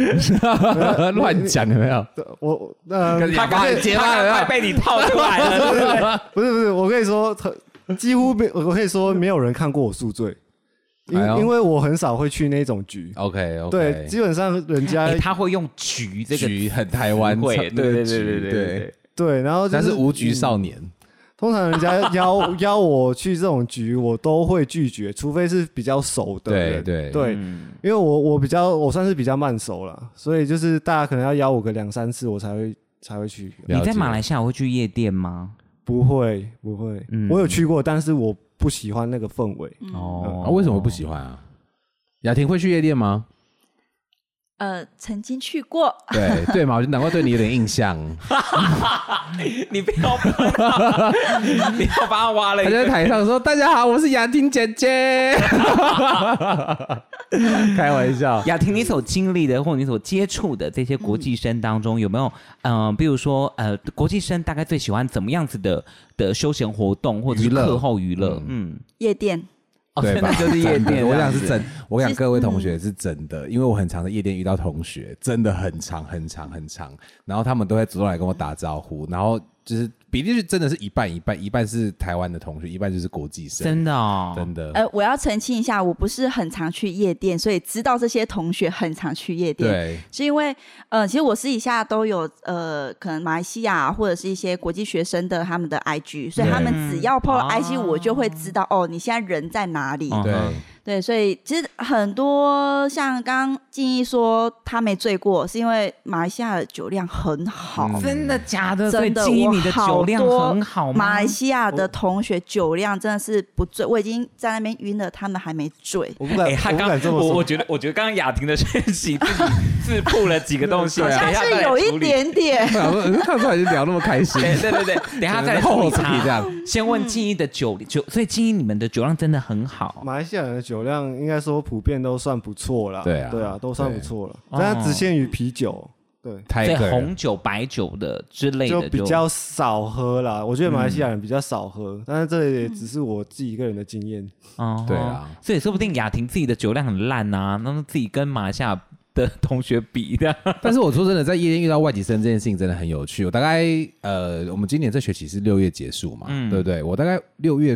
Speaker 2: 乱讲有没有？
Speaker 4: 我那、呃、
Speaker 2: 他刚才结巴了有没
Speaker 1: 快
Speaker 2: 有
Speaker 1: 被你套出来了，对不对？
Speaker 4: 不是不是，我跟你说，他几乎没，我可以说没有人看过我宿醉，因、
Speaker 2: 哎呦
Speaker 4: 因为我很少会去那种局。
Speaker 2: OK
Speaker 4: 对，
Speaker 2: OK，
Speaker 4: 基本上人家、
Speaker 1: 哎他会用“局”这个
Speaker 2: 局很台湾，
Speaker 1: 会，
Speaker 2: 那
Speaker 1: 对
Speaker 2: 个
Speaker 1: 对对
Speaker 2: 局
Speaker 1: 对对对，
Speaker 4: 对，然后就
Speaker 2: 但是
Speaker 4: 是嗯
Speaker 2: 无局少年，
Speaker 4: 通常人家邀邀我去这种局，我都会拒绝，除非是比较熟的
Speaker 2: 对
Speaker 4: 人
Speaker 2: 对
Speaker 4: 对，
Speaker 1: 嗯
Speaker 4: 因为我我比较我算是比较慢熟了，所以就是大家可能要邀我个两三次，我才会才会去。
Speaker 2: 了
Speaker 1: 你在
Speaker 2: 解
Speaker 1: 马来西亚会去夜店吗？
Speaker 4: 不会不会，
Speaker 1: 嗯
Speaker 4: 我有去过，但是我不喜欢那个
Speaker 3: 嗯
Speaker 4: 氛围。
Speaker 1: 哦
Speaker 2: 啊啊，为什么不喜欢啊？雅婷会去夜店吗？
Speaker 3: 呃，曾经去过，
Speaker 2: 对对嘛，我就难怪对你有点印象。
Speaker 1: 你不要帮他，你要把他挖了
Speaker 2: 他
Speaker 1: 一
Speaker 2: 就在
Speaker 1: 个。
Speaker 2: 台上说：“大家好，我是雅婷姐姐。” 开玩笑，
Speaker 1: 雅婷，你所经历的或你所接触的这些国际生当中，有没有嗯、呃比如说呃，国际生大概最喜欢怎么样子的的休闲活动或者是
Speaker 2: 娱乐
Speaker 1: 课后娱乐？嗯，
Speaker 3: 夜店。
Speaker 1: 哦，
Speaker 2: 对
Speaker 1: 真
Speaker 2: 吧
Speaker 1: 的？就是夜
Speaker 2: 真的
Speaker 1: 店，
Speaker 2: 我
Speaker 1: 这
Speaker 2: 想
Speaker 1: 样
Speaker 2: 是
Speaker 1: 子
Speaker 2: 真，我想
Speaker 3: 其实
Speaker 2: 各位同学是真的，因为我很常在夜店遇到同学，真的很长很长很长，然后他们都会主动来跟我打招呼，然后就是比例是真的是一半一半，一半是台湾的同学，一半就是国际生，
Speaker 1: 真的哦，
Speaker 2: 真的。
Speaker 3: 呃，我要澄清一下，我不是很常去夜店，所以知道这些同学很常去夜店。
Speaker 2: 对，
Speaker 3: 是因为呃，其实我私底下都有呃，可能马来西亚或者是一些国际学生的他们的 IG，所以他们
Speaker 1: 嗯
Speaker 3: 只要 PO
Speaker 1: 啊
Speaker 3: IG，、我就会知道哦，你现在人在哪里。
Speaker 1: 嗯
Speaker 2: 对，
Speaker 3: 对，所以其实很多像刚刚静怡说他没醉过，是因为马来西亚的酒量很好。
Speaker 2: 嗯
Speaker 1: 真的假的？所以
Speaker 3: 真的，
Speaker 1: 基
Speaker 3: 我
Speaker 1: 你的
Speaker 3: 好
Speaker 1: 酒量
Speaker 3: 多
Speaker 1: 很好吗？
Speaker 3: 马来西亚的同学酒量真的是不醉，我已经在那边晕了，他们还没醉。
Speaker 4: 我不敢，
Speaker 1: 哎、他
Speaker 4: 我不
Speaker 1: 刚
Speaker 4: 敢这么
Speaker 1: 我我
Speaker 4: 说。
Speaker 1: 觉得，我觉得刚刚雅 婷的讯息自己自曝了几个东西，
Speaker 3: 好
Speaker 1: 等
Speaker 3: 像
Speaker 1: 一下再
Speaker 3: 是
Speaker 1: 来
Speaker 3: 有
Speaker 1: 处理。
Speaker 3: 一 点点，
Speaker 2: 我想说，呃看出来就聊那么开心，
Speaker 1: 对对对对，等一下再来
Speaker 2: 后
Speaker 1: 处理
Speaker 2: 后自己这
Speaker 1: 它。
Speaker 2: 样。
Speaker 1: 先问静怡的酒酒，所以静怡你们的酒量真的很好。
Speaker 4: 马来西亚人的酒量应该说普遍都算不错啦，
Speaker 2: 对啊
Speaker 4: 对啊，都算
Speaker 2: 对
Speaker 4: 不错了，
Speaker 1: 哦
Speaker 4: 但它只限于啤酒，对，
Speaker 2: 太
Speaker 1: 所以
Speaker 2: 个人
Speaker 1: 红酒、白酒的之类
Speaker 4: 就
Speaker 1: 的嗯
Speaker 4: 比较少喝啦。我觉得马来西亚人比较少喝，但是这也只是我自己一个人的经验。
Speaker 1: 哦
Speaker 2: 对啊，
Speaker 1: 所以说不定雅婷自己的酒量很烂啊，那么自己跟马来西亚的同学比的，
Speaker 2: 但是我说真的，在夜店遇到外籍生这件事情真的很有趣。我大概呃，我们今年这学期是六月结束嘛，对不对？我大概六月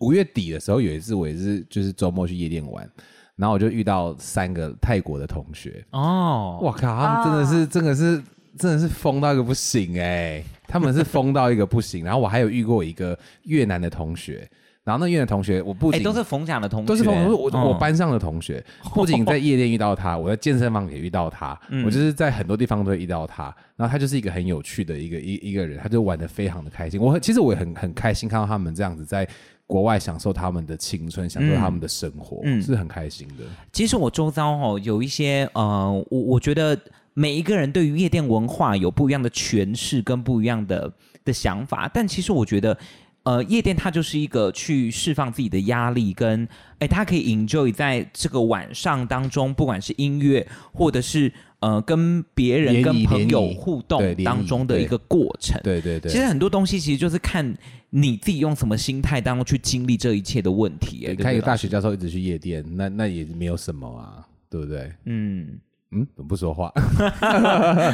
Speaker 2: 五月底的时候有一次，我也是就是周末去夜店玩，然后我就遇到三个泰国的同学，
Speaker 1: 哦，
Speaker 2: 哇靠，他们真的是、真的是真的是疯到一个不行哎、他们是疯到一个不行。然后我还有遇过一个越南的同学，然后那越南同学我不
Speaker 1: 哎、
Speaker 2: 仅、
Speaker 1: 都是冯甲的同学，
Speaker 2: 都是同学，我、
Speaker 1: 嗯
Speaker 2: 我班上的同 学，不仅在夜店遇到他，我在健身房也遇到他，
Speaker 1: 嗯
Speaker 2: 我就是在很多地方都会遇到他。然后他就是一个很有趣的一个一一个人，他就玩的非常的开心。我很其实我也很很开心看到他们这样子在国外享受他们的青春，享受他们的生活，
Speaker 1: 嗯
Speaker 2: 是很开心的。
Speaker 1: 其实我周遭哦有一些呃，我我觉得每一个人对于夜店文化有不一样的诠释跟不一样的的想法，但其实我觉得。呃，夜店它就是一个去释放自己的压力跟，哎，它可以 enjoy 在这个晚上当中，不管是音乐或者是呃跟别人、
Speaker 2: 联
Speaker 1: 跟
Speaker 2: 谊
Speaker 1: 朋友
Speaker 2: 联谊
Speaker 1: 互
Speaker 2: 对
Speaker 1: 动
Speaker 2: 联谊
Speaker 1: 当中的一个过程。
Speaker 2: 对对
Speaker 1: 呃
Speaker 2: 对，
Speaker 1: 其实很多东西其实就是看你自己用什么心态当中去经历这一切的问题。哎对
Speaker 2: 你
Speaker 1: 不
Speaker 2: 看一
Speaker 1: 对
Speaker 2: 个大学教授一直去夜店，那那也没有什么啊，对不对？
Speaker 1: 嗯，
Speaker 2: 嗯，怎么不说话？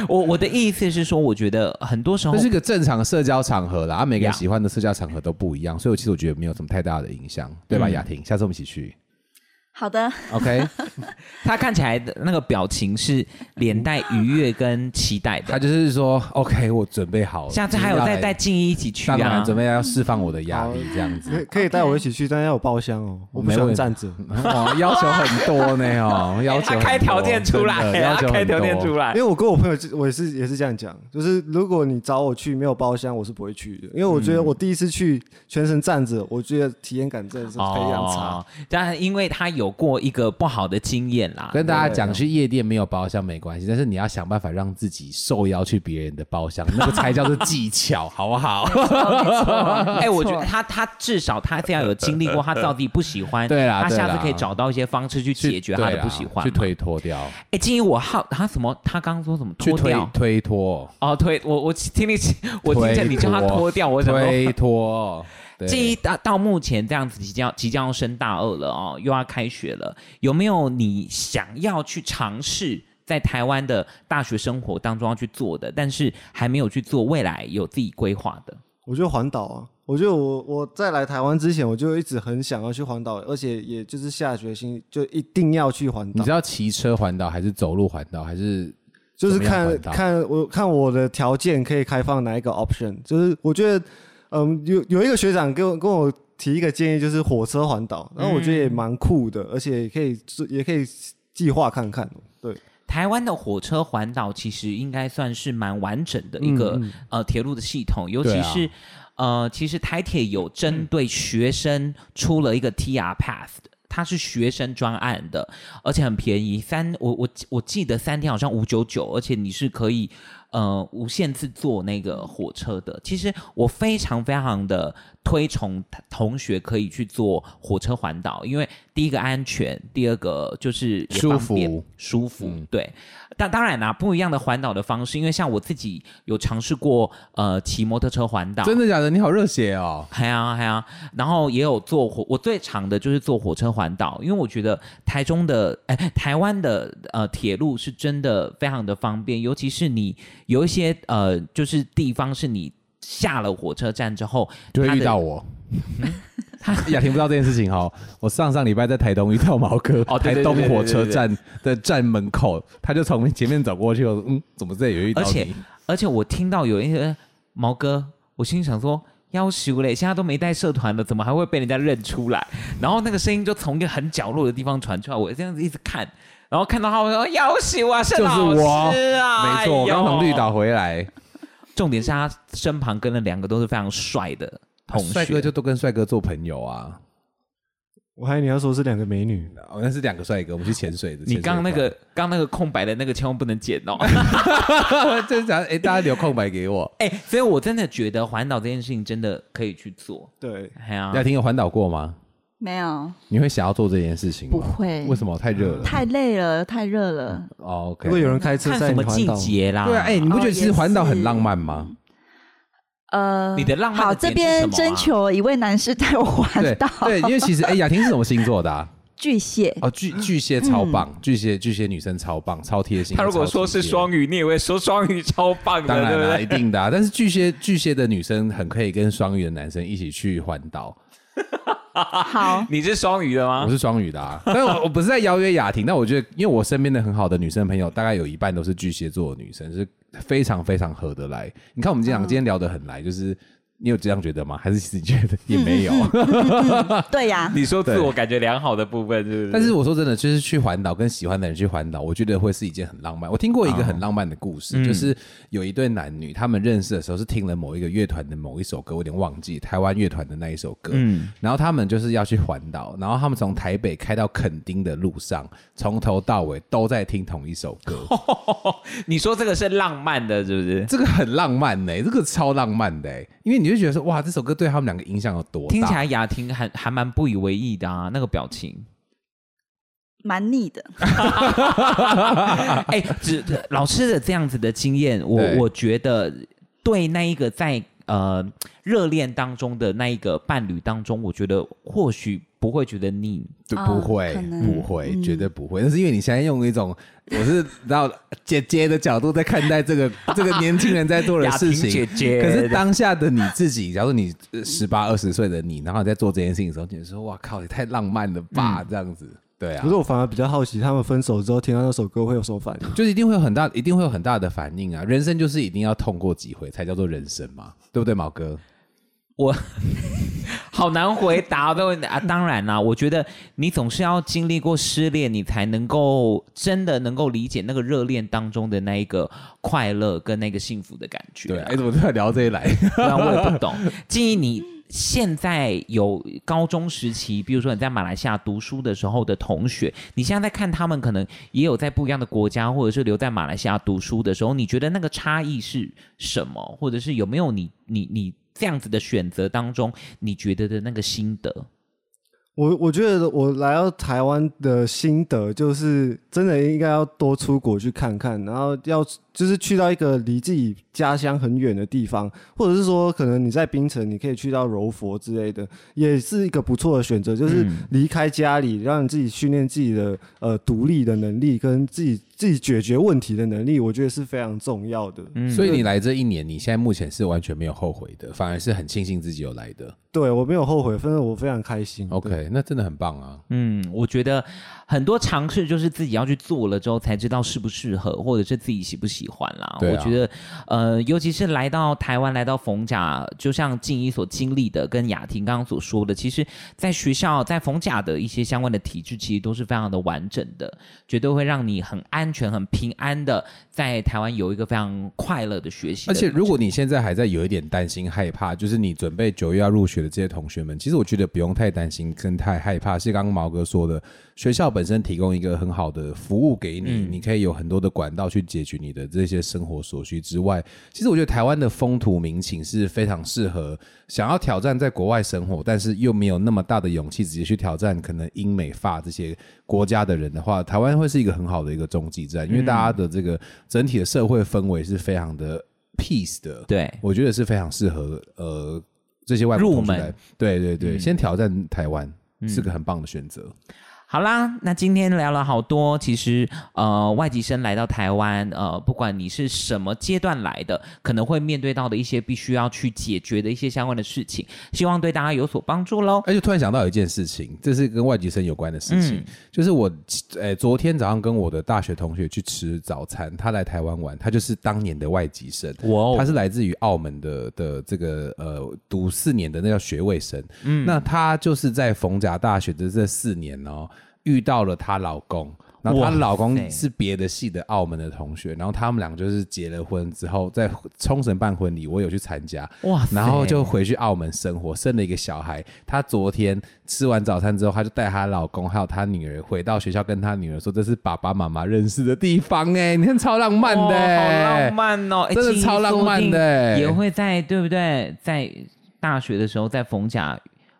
Speaker 1: 我我的意思是说，我觉得很多时候
Speaker 2: 这是一个正常的社交场合啦，啊，每个人
Speaker 1: Yeah
Speaker 2: 喜欢的社交场合都不一样，所以我其实我觉得没有什么太大的影响，对吧？
Speaker 1: 嗯
Speaker 2: 雅婷，下次我们一起去。
Speaker 3: 好的，
Speaker 2: OK，
Speaker 1: 他看起来的那个表情是连带愉悦跟期待
Speaker 2: 他
Speaker 1: 的。
Speaker 2: 就是说 OK，我准备好了，
Speaker 1: 下次还有
Speaker 2: 就是要
Speaker 1: 再
Speaker 2: 来
Speaker 1: 带静怡一起去
Speaker 2: 当
Speaker 1: 啊
Speaker 2: 然，准备要释放我的压力这
Speaker 1: 嗯
Speaker 2: 样
Speaker 4: 可以
Speaker 2: 子。
Speaker 4: 可以带我一起去，但要有包厢哦，我不喜
Speaker 2: 没
Speaker 4: 欢
Speaker 2: 问
Speaker 4: 站着。
Speaker 2: 哇，要求很多呢 哦，要求
Speaker 1: 哦他
Speaker 2: 很多
Speaker 1: 开条件出
Speaker 2: 真的
Speaker 1: 来，
Speaker 2: 要
Speaker 1: 他
Speaker 2: 求
Speaker 1: 开
Speaker 2: 很
Speaker 1: 条件出
Speaker 2: 多。
Speaker 1: 来
Speaker 4: 因。为我跟我朋友就，我也是也是这样讲，就是如果你找我去没有包厢，我是不会去的，因为我觉得我第一次去全程站着，我觉得体验感真的是非常差。
Speaker 1: 哦，但因为他有过一个不好的经验啦，
Speaker 2: 跟大家讲，去夜店没有包厢没关系，但是你要想办法让自己受邀去别人的包厢，那个才叫做技巧，好不好？啊
Speaker 1: 哎、我觉得他他至少他这样有经历过，他知道自己不喜欢，
Speaker 2: 对啦
Speaker 1: 他
Speaker 2: 对
Speaker 1: 下次
Speaker 2: 啦
Speaker 1: 可以找到一些方 式去
Speaker 2: 去
Speaker 1: 解决他
Speaker 2: 对
Speaker 1: 的
Speaker 2: 啦
Speaker 1: 不喜欢嘛。
Speaker 2: 去推脱掉，
Speaker 1: 哎，静怡，我好他什么？他刚刚说什么
Speaker 2: 去
Speaker 1: 脱
Speaker 2: 推
Speaker 1: 掉？
Speaker 2: 推脱。
Speaker 1: 哦，推我我听你，我听见你叫他脱掉，我怎么？
Speaker 2: 推脱？ 对
Speaker 1: 这一到到目前这样子，即将即将要升大二了哦，又要开学了，有没有你想要去尝试在台湾的大学生活当中要去做的，但是还没有去做，未来有自己规划的？
Speaker 4: 我觉得环岛啊，我觉得我我在来台湾之前，我就一直很想要去环岛，而且也就是下决心就一定要去环
Speaker 2: 你
Speaker 4: 岛
Speaker 2: 知，道骑车环岛还是走路环岛还是
Speaker 4: 就是
Speaker 2: 怎么样
Speaker 4: 看
Speaker 2: 环岛
Speaker 4: 看我看我的条件可以开放哪一个 option，就是我觉得嗯有有一个学长跟我跟我提一个建议，就是火车环岛，然后我觉得也蛮酷的，而且也可以也可以计划看看，哦对。
Speaker 1: 台湾的火车环岛其实应该算是蛮完整的一
Speaker 4: 嗯
Speaker 1: 个、呃铁路的系统，尤
Speaker 2: 对
Speaker 1: 其
Speaker 2: 啊嗯
Speaker 1: 是、呃，其实台铁有针对学生出了一个 TR Path 的。它是学生专案的，而且很便宜，三我我我记得三天好像五九九，而且你是可以呃无限次坐那个火车的。其实我非常非常的推崇同学可以去坐火车环岛，因为第一个安全，第二个就是也方便
Speaker 2: 舒服
Speaker 1: 舒服，
Speaker 2: 嗯
Speaker 1: 对。但当然啦、不一样的环岛的方式，因为像我自己有尝试过呃骑摩托车环岛，
Speaker 2: 真的假的？你好热血哦！
Speaker 1: 还啊还啊，然后也有坐火，我最长的就是坐火车环岛，因为我觉得台中的哎、台湾的呃铁路是真的非常的方便，尤其是你有一些呃就是地方是你下了火车站之后，
Speaker 2: 就会
Speaker 1: 它
Speaker 2: 遇
Speaker 1: 的
Speaker 2: 到我。
Speaker 1: 嗯
Speaker 2: 雅婷不知道这件事情哦，我上上礼拜在台东遇到毛哥，
Speaker 1: 哦对对
Speaker 2: 台
Speaker 1: 对
Speaker 2: 东
Speaker 1: 对对
Speaker 2: 火
Speaker 1: 对
Speaker 2: 车
Speaker 1: 对
Speaker 2: 站的站门口，他就从前面走过去，我说嗯，怎么这里有遇到
Speaker 1: 而
Speaker 2: 你？
Speaker 1: 且而且我听到有一些毛哥，我心里想说。要求嘞，现在都没带社团了，怎么还会被人家认出来？然后那个声音就从一个很角落的地方传出来，我这样子一直看，然后看到他，我说要求啊，是
Speaker 2: 就是
Speaker 1: 老
Speaker 2: 我
Speaker 1: 师啊，
Speaker 2: 没错，我
Speaker 1: 哎呦
Speaker 2: 刚从绿岛回来，
Speaker 1: 重点是他身旁跟了两个都是非常帅的同学，
Speaker 2: 帅哥就都跟帅哥做朋友啊。
Speaker 4: 我还以为你要说是两个美女，
Speaker 2: 哦，那是两个帅哥，我们去潜水的。
Speaker 1: 你
Speaker 2: 潜水
Speaker 1: 刚刚那个
Speaker 2: 馆，
Speaker 1: 刚刚那个空白的那个千万不能剪 哦。
Speaker 2: 就是讲， 哎，大家留空白给我。
Speaker 1: 哎、所以我真的觉得环岛这件事情真的可以去 做。
Speaker 4: 对，
Speaker 1: 哎呀、
Speaker 2: 雅婷有环岛过吗？
Speaker 3: 没有，
Speaker 2: 你会想要做这件事情吗？
Speaker 3: 不会
Speaker 2: 为什么？太热了。
Speaker 3: 太累了，太热了。
Speaker 2: 哦，OK
Speaker 4: 如果有人开车
Speaker 1: 看
Speaker 4: 载
Speaker 1: 什
Speaker 4: 你
Speaker 1: 么
Speaker 4: 环
Speaker 1: 季
Speaker 4: 岛，
Speaker 1: 节啦？
Speaker 2: 对啊，哎、你不觉得其实环岛很浪漫吗？
Speaker 3: 呃，
Speaker 1: 你的浪漫
Speaker 3: 好，
Speaker 1: 的
Speaker 3: 这
Speaker 1: 点是什
Speaker 3: 边
Speaker 1: 么啊
Speaker 3: 征求一位男士带我
Speaker 2: 对
Speaker 3: 环岛，
Speaker 2: 对，因为其实哎，雅婷是什么星座的、啊？
Speaker 3: 巨 蟹，
Speaker 2: 哦，巨巨蟹超棒，巨蟹巨蟹女生超棒，超贴心。
Speaker 1: 他如果说是双
Speaker 2: 鱼，
Speaker 1: 鱼，你也会说双鱼超棒
Speaker 2: 当
Speaker 1: 的，对
Speaker 2: 然
Speaker 1: 不
Speaker 2: 啦、
Speaker 1: 对？
Speaker 2: 一定的、啊。但是巨蟹巨蟹的女生很可以跟双鱼的男生一起去环岛。
Speaker 3: 好，
Speaker 1: 你是双鱼的吗
Speaker 2: 我？是双鱼的、啊，但我我不是在邀约雅婷，但我觉得，因为我身边的很好的女生朋友，大概有一半都是巨蟹座的女生，是非常非常合得来。你看我们今天今天聊得很来，就是你有这样觉得吗？还是其实觉得也没有？
Speaker 3: 对 呀，
Speaker 1: 你说自
Speaker 2: 对
Speaker 1: 我感觉良好的部分是不是？
Speaker 2: 但是我说真的，就是去环岛跟喜欢的人去环岛，我觉得会是一件很浪漫。我听过一个很浪漫的故事，
Speaker 1: 嗯
Speaker 2: 就是有一对男女，他们认识的时候是听了某一个乐团的某一首歌，我有点忘记台湾乐团的那一首歌。
Speaker 1: 嗯，
Speaker 2: 然后他们就是要去环岛，然后他们从台北开到垦丁的路上，从头到尾都在听同一首 歌，
Speaker 1: 你说这个是浪漫的，是不是？
Speaker 2: 这个很浪漫呢、这个超浪漫的、欸，因为你就觉得说，哇，这首歌对他们两个影响有多大？
Speaker 1: 听起来雅婷还还蛮不以为意的啊，那个表情。
Speaker 3: 蛮腻的。
Speaker 1: 哎、只老师的这样子的经验，我
Speaker 2: 对
Speaker 1: 我觉得对那一个在呃热恋当中的那一个伴侣当中，我觉得或许不会觉得腻。
Speaker 2: 对，
Speaker 3: 啊
Speaker 2: 不会
Speaker 3: 可，能
Speaker 2: 不会，
Speaker 3: 嗯
Speaker 2: 绝对不会。但是因为你现在用一种我是到姐姐的角度在看待这个这个年轻人在做的事情，
Speaker 1: 雅婷姐姐
Speaker 2: 可是当下的你自己，假如你十八二十岁的你，然后你在做这件事情的时候，你就说：“哇靠，也太浪漫了吧！”这样子，对啊
Speaker 4: 可是，我反而比较好奇，他们分手之后听到那首歌会有什么反应？
Speaker 2: 就是一定会有很大，一定会有很大的反应啊！人生就是一定要痛过几回才叫做人生嘛，对不对，毛哥？
Speaker 1: 我好难回答的问题啊！当然啦，我觉得你总是要经历过失恋，你才能够真的能够理解那个热恋当中的那一个快乐跟那个幸福的感觉。
Speaker 2: 对啊，哎，怎么突然聊这一来？
Speaker 1: 不然我也不 懂。建议你现在有高中时期，比如说你在马来西亚读书的时候的同学，你现在在看他们，可能也有在不一样的国家，或者是留在马来西亚读书的时候，你觉得那个差异是什么？或者是有没有你你你这样子的选择当中，你觉得的那个心得？
Speaker 4: 我我觉得我来到台湾的心得就是，真的应该要多出国去看看，然后要就是去到一个离自己家乡很远的地方，或者是说可能你在槟城，你可以去到柔佛之类的，也是一个不错的选择，就是离开家里，让你自己训练自己的呃独立的能力，跟自己自己解决问题的能力，我觉得是非常重要的。
Speaker 2: 嗯
Speaker 1: 嗯
Speaker 2: 所以你来这一年，你现在目前是完全没有后悔的，反而是很庆幸自己有来的。
Speaker 4: 对我没有后悔，反正我非常开心。
Speaker 2: OK，那真的很棒啊！
Speaker 1: 嗯，我觉得很多尝试就是自己要去做了之后才知道适不适合，或者是自己喜不喜喜欢啦。
Speaker 2: 对啊
Speaker 1: 我觉得，呃，尤其是来到台湾，来到逢甲，就像静怡所经历的，跟雅婷刚刚所说的，其实在学校在逢甲的一些相关的体制，其实都是非常的完整的，绝对会让你很安全、很平安的在台湾有一个非常快乐的学习的
Speaker 2: 而
Speaker 1: 旅程。
Speaker 2: 且，如果你现在还在有一点担心、害怕，就是你准备九月要入学的这些同学们，其实我觉得不用太担心跟太害怕。是刚刚毛哥说的，学校本身提供一个很好的服务给你，
Speaker 1: 嗯
Speaker 2: 你可以有很多的管道去解决你的这些生活所需之外，其实我觉得台湾的风土民情是非常适合想要挑战在国外生活，但是又没有那么大的勇气直接去挑战可能英美法这些国家的人的话，台湾会是一个很好的一个中继站，因为大家的这个整体的社会氛围是非常的 peace 的，
Speaker 1: 对
Speaker 2: 我觉得是非常适合呃这些外国
Speaker 1: 入
Speaker 2: 同学
Speaker 1: 门嗯
Speaker 2: 来，对对对，先挑战台湾、是个很棒的选择。
Speaker 1: 好啦，那今天聊了好多。其实，呃，外籍生来到台湾，呃，不管你是什么阶段来的，可能会面对到的一些必须要去解决的一些相关的事情，希望对大家有所帮助喽。
Speaker 2: 而且突然想到一件事情，这是跟外籍生有关的事情，
Speaker 1: 嗯
Speaker 2: 就是我，呃、昨天早上跟我的大学同学去吃早餐，他来台湾玩，他就是当年的外籍生，
Speaker 1: 哇哦
Speaker 2: 他是来自于澳门的的这个呃读四年的那叫学位生，
Speaker 1: 嗯
Speaker 2: 那他就是在逢甲大学的这四年哦，遇到了她老公。然后她
Speaker 1: 哇
Speaker 2: 老公
Speaker 1: 塞
Speaker 2: 是别的系的澳门的同学，然后他们俩就是结了婚之后，在冲绳办婚礼，我有去参加，
Speaker 1: 哇塞
Speaker 2: 哎然后就回去澳门生活，生了一个小孩。她昨天吃完早餐之后，她就带她老公还有她女儿回到学校，跟她女儿说：“这是爸爸妈妈认识的地方、哎，你看超浪漫的、
Speaker 1: 哦好
Speaker 2: 哎
Speaker 1: 浪漫哦，哎
Speaker 2: 真的
Speaker 1: 其实
Speaker 2: 超浪
Speaker 1: 说
Speaker 2: 漫的
Speaker 1: 不定
Speaker 2: 哎
Speaker 1: 也会在对不对？在大学的时候，在逢甲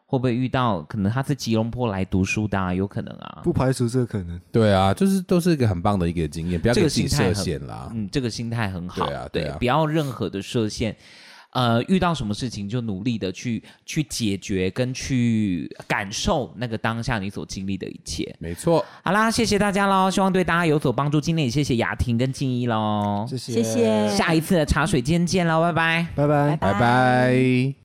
Speaker 1: 会不会遇到？可能他是吉隆坡来读书的、啊，有可能啊。
Speaker 4: 不排除这个可能。
Speaker 2: 对啊，就是都是一个很棒的一个经验，不要
Speaker 1: 这
Speaker 2: 给
Speaker 1: 个
Speaker 2: 自己
Speaker 1: 心态
Speaker 2: 设
Speaker 1: 很
Speaker 2: 限啦。
Speaker 1: 嗯，这个心态很好，
Speaker 2: 啊对啊对啊
Speaker 1: 不要任何的设限。呃，遇到什么事情就努力的去去解决，跟去感受那个当下你所经历的一切。
Speaker 2: 没错，
Speaker 1: 好啦，谢谢大家喽，希望对大家有所帮助。今天也谢谢雅婷跟静怡喽，
Speaker 4: 谢谢，
Speaker 3: 谢谢，
Speaker 1: 下一次的茶水间见喽，拜拜。
Speaker 4: 拜拜。
Speaker 1: 嗯
Speaker 2: 拜拜